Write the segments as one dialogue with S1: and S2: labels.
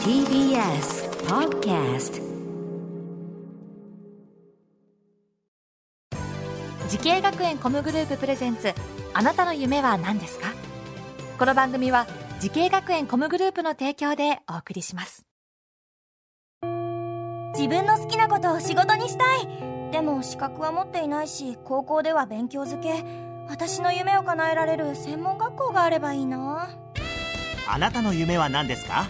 S1: TBS Podcast
S2: 時系学園コムグループプレゼンツあなたの夢は何ですかこの番組は時系学園コムグループの提供でお送りします
S3: 自分の好きなことを仕事にしたいでも資格は持っていないし高校では勉強づけ私の夢を叶えられる専門学校があればいいな
S4: あなたの夢は何ですか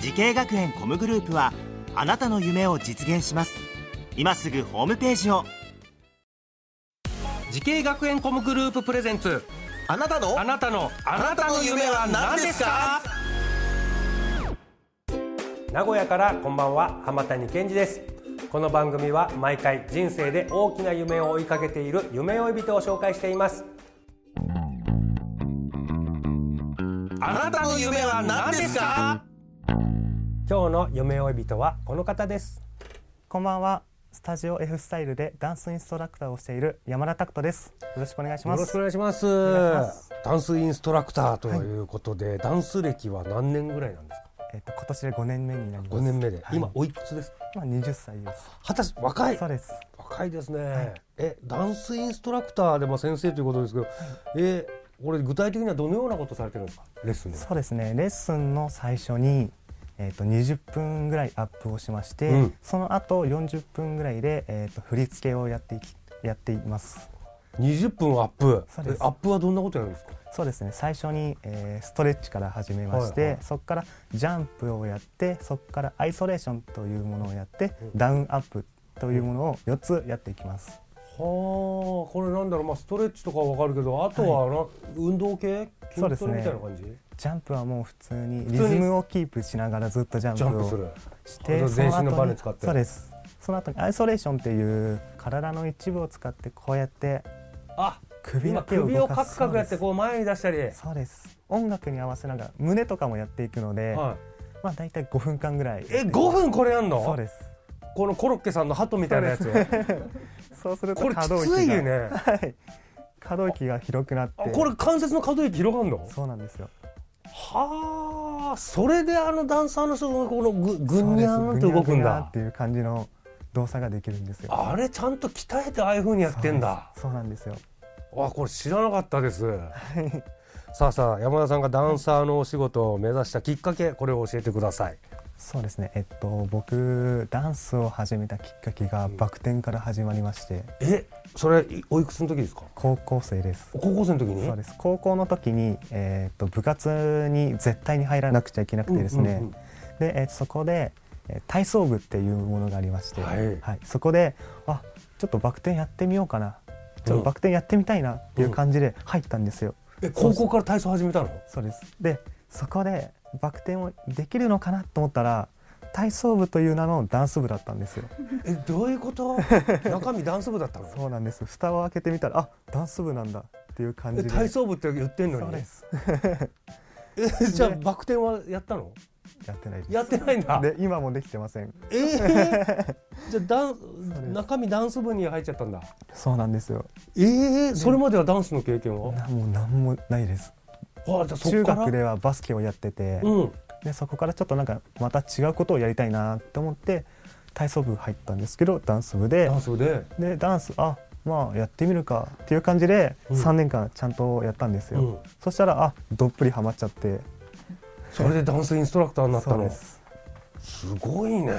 S4: 時系学園コムグループはあなたの夢を実現します今すぐホームページを
S5: 時系学園コムグループプレゼンツ
S6: あなたの
S5: あなたのあ
S6: なたの夢は何ですか
S5: 名古屋からこんばんは浜谷健二ですこの番組は毎回人生で大きな夢を追いかけている夢追い人を紹介しています
S6: あなたの夢は何ですか
S5: 今日の夢追い人はこの方です
S7: こんばんは。スタジオ F スタイルでダンスインストラクターをしている山田拓人です。よろしくお願いし
S5: よ
S7: ま
S5: ろしく
S7: す。
S5: お願いします
S7: 願いします
S5: ダンスインストラクターということで、ダンス歴は何年ぐらいなんですか
S7: えっと今年で5年目になります。
S5: 5年目で、
S7: はい
S5: 今おいくつですか
S7: まあ20歳です。
S5: 二十歳若い
S7: そうです。
S5: 若いですね、えダンスインストラクターでまあ先生ということですけど、えこれ具体的にはどのようなことされてるんですかレッスンでは
S7: そうですね。レッスンの最初に。えっと20分ぐらいアップをしまして、
S5: うん
S7: その後40分ぐらいで、えっと振り付けをやっていきやっています
S5: 20分アップ
S7: そうです
S5: えアップはどんなことやるんですか
S7: そうですね最初に、えーストレッチから始めまして、
S5: はいはい
S7: そこからジャンプをやってそこからアイソレーションというものをやって、ダウンアップというものを4つやっていきます
S5: はあこれなんだろうまあストレッチとかはわかるけどあとはな、運動系
S7: そ
S5: 筋
S7: うです
S5: トレ
S7: ね
S5: みたいな感じ、
S7: ジャンプはもう普通にリズムをキープしながらずっとジャ
S5: ジャ
S7: ン
S5: ンプす
S7: プ
S5: るあじゃ
S7: をして
S5: あ
S7: そ後に
S5: 全身のバネ使って
S7: そうですその後にアイソレーションっていう体の一部を使ってこうやって
S5: あ
S7: 首
S5: 今
S7: の手を
S5: 首
S7: 動
S5: を
S7: か
S5: カ
S7: す
S5: クカクやってこう前に出したり、はい、
S7: そうです音楽に合わせながら胸とかもやっていくので、まあ大体5分間ぐらい
S5: え5分これやんの
S7: そうです
S5: このコロッケさんのハトみたいなやつ
S7: そうすると
S5: これき
S7: 可動域が
S5: ついよね
S7: はい可動域が広くなっ
S5: あ
S7: て
S5: これ関節の可動域広がるの
S7: そうなんですよ
S5: はあそれであのダンサーの人がこのぐぐにゃーんと動くん
S7: そうですぐにゃぐにゃ
S5: だ
S7: っていう感じの動作ができるんですよ
S5: あれちゃんと鍛えてああいう風にやってんだ
S7: そうなんですよ
S5: わこれ知らなかったですさあさあ山田さんがダンサーのお仕事を目指したきっかけこれを教えてください
S7: そうですねえっと僕ダンスを始めたきっかけがバク転から始まりまして
S5: えそれいおいくつの時ですか
S7: 高校生です
S5: 高校生の時に
S7: そうです高校の時に、えっと部活に絶対に入らなくちゃいけなくてですね、
S5: うんうんうん
S7: で、えっとそこでえー体操部っていうものがありまして、
S5: はい
S7: そこであちょっとバク転やってみようかなちょっ
S5: うん
S7: とバク転やってみたいなっていう感じで入ったんですよ、
S5: え高校から体操始めたの
S7: そうですでそこでバク転をできるのかなと思ったら体操部という名のダンス部だったんですよ
S5: えどういうこと 中身ダンス部だったの
S7: そうなんです蓋を開けてみたらあダンス部なんだっていう感じ
S5: え
S7: で
S5: 体操部って言ってんの
S7: そう
S5: に
S7: です
S5: えじゃあバク転はやったの
S7: やってないです
S5: やってないん だ
S7: で今もできてません
S5: えー じゃあダン中身ダンス部に入っちゃったんだ
S7: そうなんですよ
S5: ええそれまではダンスの経験は、
S7: なもう何もないです
S5: わあじゃあそ
S7: 中
S5: っから
S7: 学ではバスケをやってて、
S5: うん
S7: でそこからちょっとなんかまた違うことをやりたいなと思って体操部入ったんですけどダンス部で
S5: ダンス部で、
S7: でダンスあまあやってみるかっていう感じで
S5: うん
S7: 3年間ちゃんとやったんですよ、
S5: うん
S7: そしたらあどっぷりハマっちゃって
S5: それでダンスインストラクターになった
S7: そう
S5: の
S7: です
S5: すごいね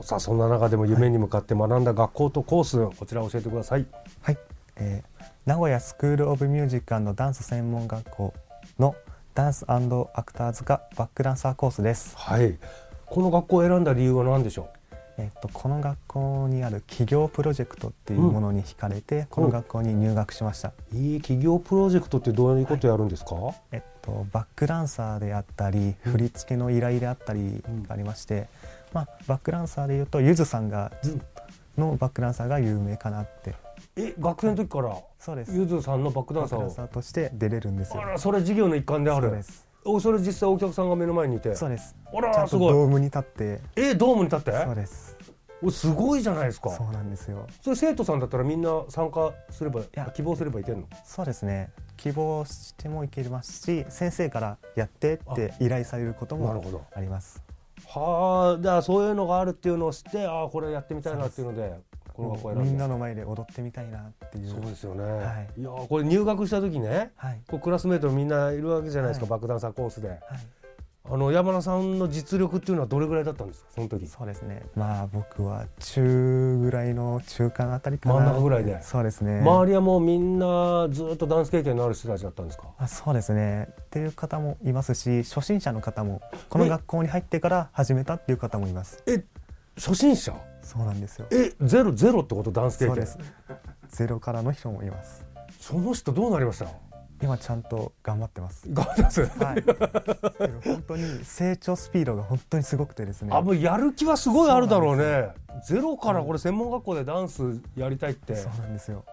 S5: さあそんな中でも夢に向かって学んだ学校とコース、こちら教えてください
S7: はい、えー名古屋スクール・オブ・ミュージック&ダンス専門学校のダンスアクターズ科バックダンサーコースです、
S5: はいこの学校を選んだ理由は何でしょ
S7: えっとこの学校にある企業プロジェクトっていうものに惹かれて、この学校に入学しました、
S5: ういい企業プロジェクトってどういうことやるんですか、
S7: えっと、バックダンサーであったり振り付けの依頼であったりがありまして、まあ、バックダンサーでいうとゆずさんが
S5: うん
S7: のバックダンサーが有名かなって
S5: え学生の時から
S7: そうです
S5: ゆずさんのバックダ
S7: バ
S5: ンサー
S7: ックダ
S5: を
S7: ンサーとして出れるんですよ
S5: あらそれ授業の一環であ
S7: そう
S5: る
S7: です
S5: おそれ実際お客さんが目の前にいて
S7: そうです
S5: あ
S7: ちゃ
S5: ら
S7: ん
S5: す
S7: と
S5: ご
S7: ド
S5: い
S7: ームに立って
S5: えドームに立って
S7: そうです
S5: おすごいじゃないですか
S7: そうなんですよ
S5: それ生徒さんだったらみんな参加すれば
S7: や
S5: 希望すればいけるの
S7: そうですね希望してもいけますし先生からやってって依頼されること
S5: なるほど
S7: もあります。
S5: はあだからそういうのがあるっていうのを知ってああこれやってみたいなっていうのでこの学校選んで
S7: みんなの前で踊ってみたいなっていう
S5: そうですよね、、
S7: はい
S5: やーこれ入学した時ね
S7: はい
S5: こうクラスメートみんないるわけじゃないですか、
S7: はい
S5: 爆弾サーコースで
S7: はい
S5: あの山田さんの実力っていうのはどれぐらいだったんですかその時
S7: そうですねまあ僕は中ぐらいの中間あたりかな
S5: 真ん中ぐらいで
S7: そうですね
S5: 周りはもうみんなずっとダンス経験のある人たちだったんですか
S7: あそうですねっていう方もいますし初心者の方もこの
S5: ね
S7: 学校に入ってから始めたっていう方もいます
S5: え初心者
S7: そうなんですよ
S5: えゼロゼロってことダンス経
S7: そう
S5: 験
S7: ですゼロからの人もいます
S5: その人どうなりま した
S7: 今ちゃんと頑張ってます
S5: 頑張ってます、
S7: はいけど本当に成長スピードが本当にすごくてですね
S5: あもうやる気はすごいあるだろうねゼロからこれ専門学校でダンスやりたいって、
S7: そうなんですよ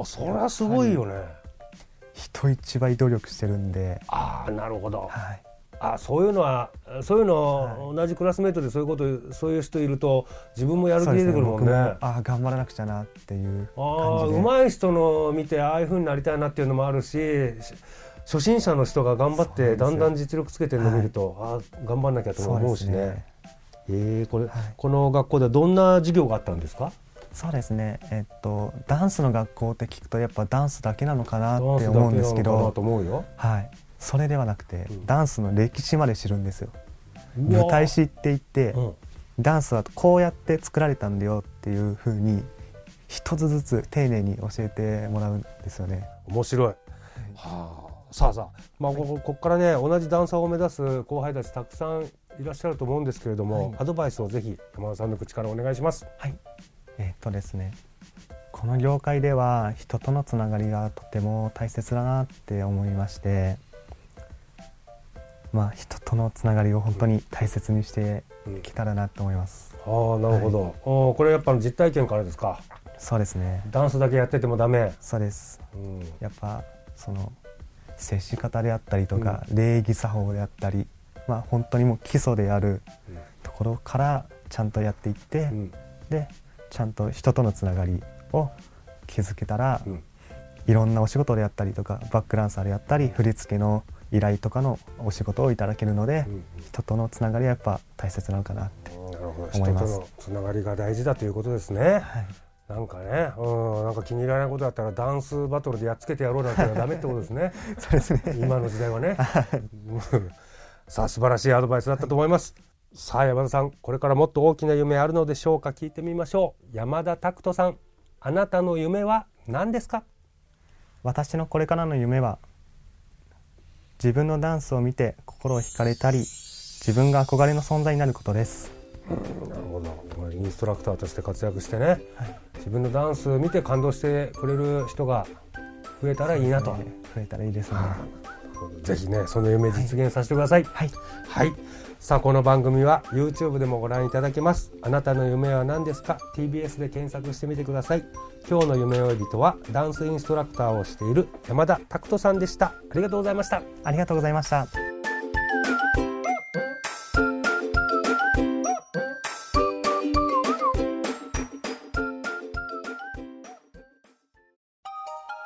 S5: あそれはすごいよね、
S7: 人一倍努力してるんで
S5: ああなるほど
S7: はい
S5: あそういうのはそういうの、同じクラスメートでそういうことそういう人いると自分もやる気
S7: そうで
S5: 出
S7: す
S5: てくるもんね
S7: 僕あ頑張らなくちゃなっていう
S5: ああ
S7: 感じで
S5: 上手い人の見てああいう風になりたいなっていうのもあるしし初心者の人が頑張っ
S7: そうなん
S5: て
S7: ですよ
S5: だんだん実力つけてるの見ると、ああ頑張んなきゃとも思うしね
S7: そうですね
S5: えーこれ、
S7: はい
S5: この学校ではどんな授業があったんですか
S7: そうですねえっとダンスの学校って聞くとやっぱダンスだけなのかなって思うんですけ
S5: ダンスだけなのかな
S7: ど
S5: と思うよ
S7: はいそれではなくて、
S5: ん
S7: ダンスの歴史まで知るんですよ舞台史って言って、
S5: うわうん
S7: ダンスはこうやって作られたんだよっていう風に一つずつ丁寧に教えてもらうんですよね
S5: 面白い、はあ、さあさあ、まあ、こここっからね同じダンサーを目指す後輩たちたくさんいらっしゃると思うんですけれども、アドバイスをぜひ山田さんの口からお願いします。
S7: はいえっとですねこの業界では人とのつながりがとても大切だなって思いましてまあ人とのつながりを本当に大切にしていけたらなと思います、
S5: ああなるほど、おーこれやっぱ実体験からですか
S7: そうですね
S5: ダンスだけやっててもダメ、
S7: そうです
S5: うん、
S7: やっぱその接し方であったりとか、礼儀作法であったりまあ本当にもう基礎である
S5: うん
S7: ところからちゃんとやっていって、
S5: うん
S7: でちゃんと人とのつながりを築けたら、
S5: うん
S7: いろんなお仕事であったりとかバックダンサーであったり振り付けの依頼とかのお仕事をいただけるので、
S5: うん
S7: 人とのつながりはやっぱ大切なのかなって、
S5: なるほど人
S7: 思
S5: と
S7: います
S5: のつながりが大事だということですね、
S7: はい
S5: なんかね、うん、なんか気に入らないことだったらダンスバトルでやっつけてやろうなんてのはダメってことですね
S7: そうですね
S5: 今の時代はね。うんさあ素晴らしいアドバイスだったと思います。さあ山田さんこれからもっと大きな夢あるのでしょうか聞いてみましょう山田拓人さんあなたの夢は何ですか
S7: 私のこれからの夢は自分のダンスを見て心を惹かれたり自分が憧れの存在になることです
S5: なるほどインストラクターとして活躍してね、自分のダンス見て感動してくれる人が増えたらいいなと、
S7: ね増えたらいいですね
S5: ぜひねその夢実現させてくださいはい、さあこの番組は YouTube でもご覧いただけますあなたの夢は何ですか TBS で検索してみてください今日の夢追い人はダンスインストラクターをしている山田拓人さんでしたありがとうございました
S7: ありがとうございました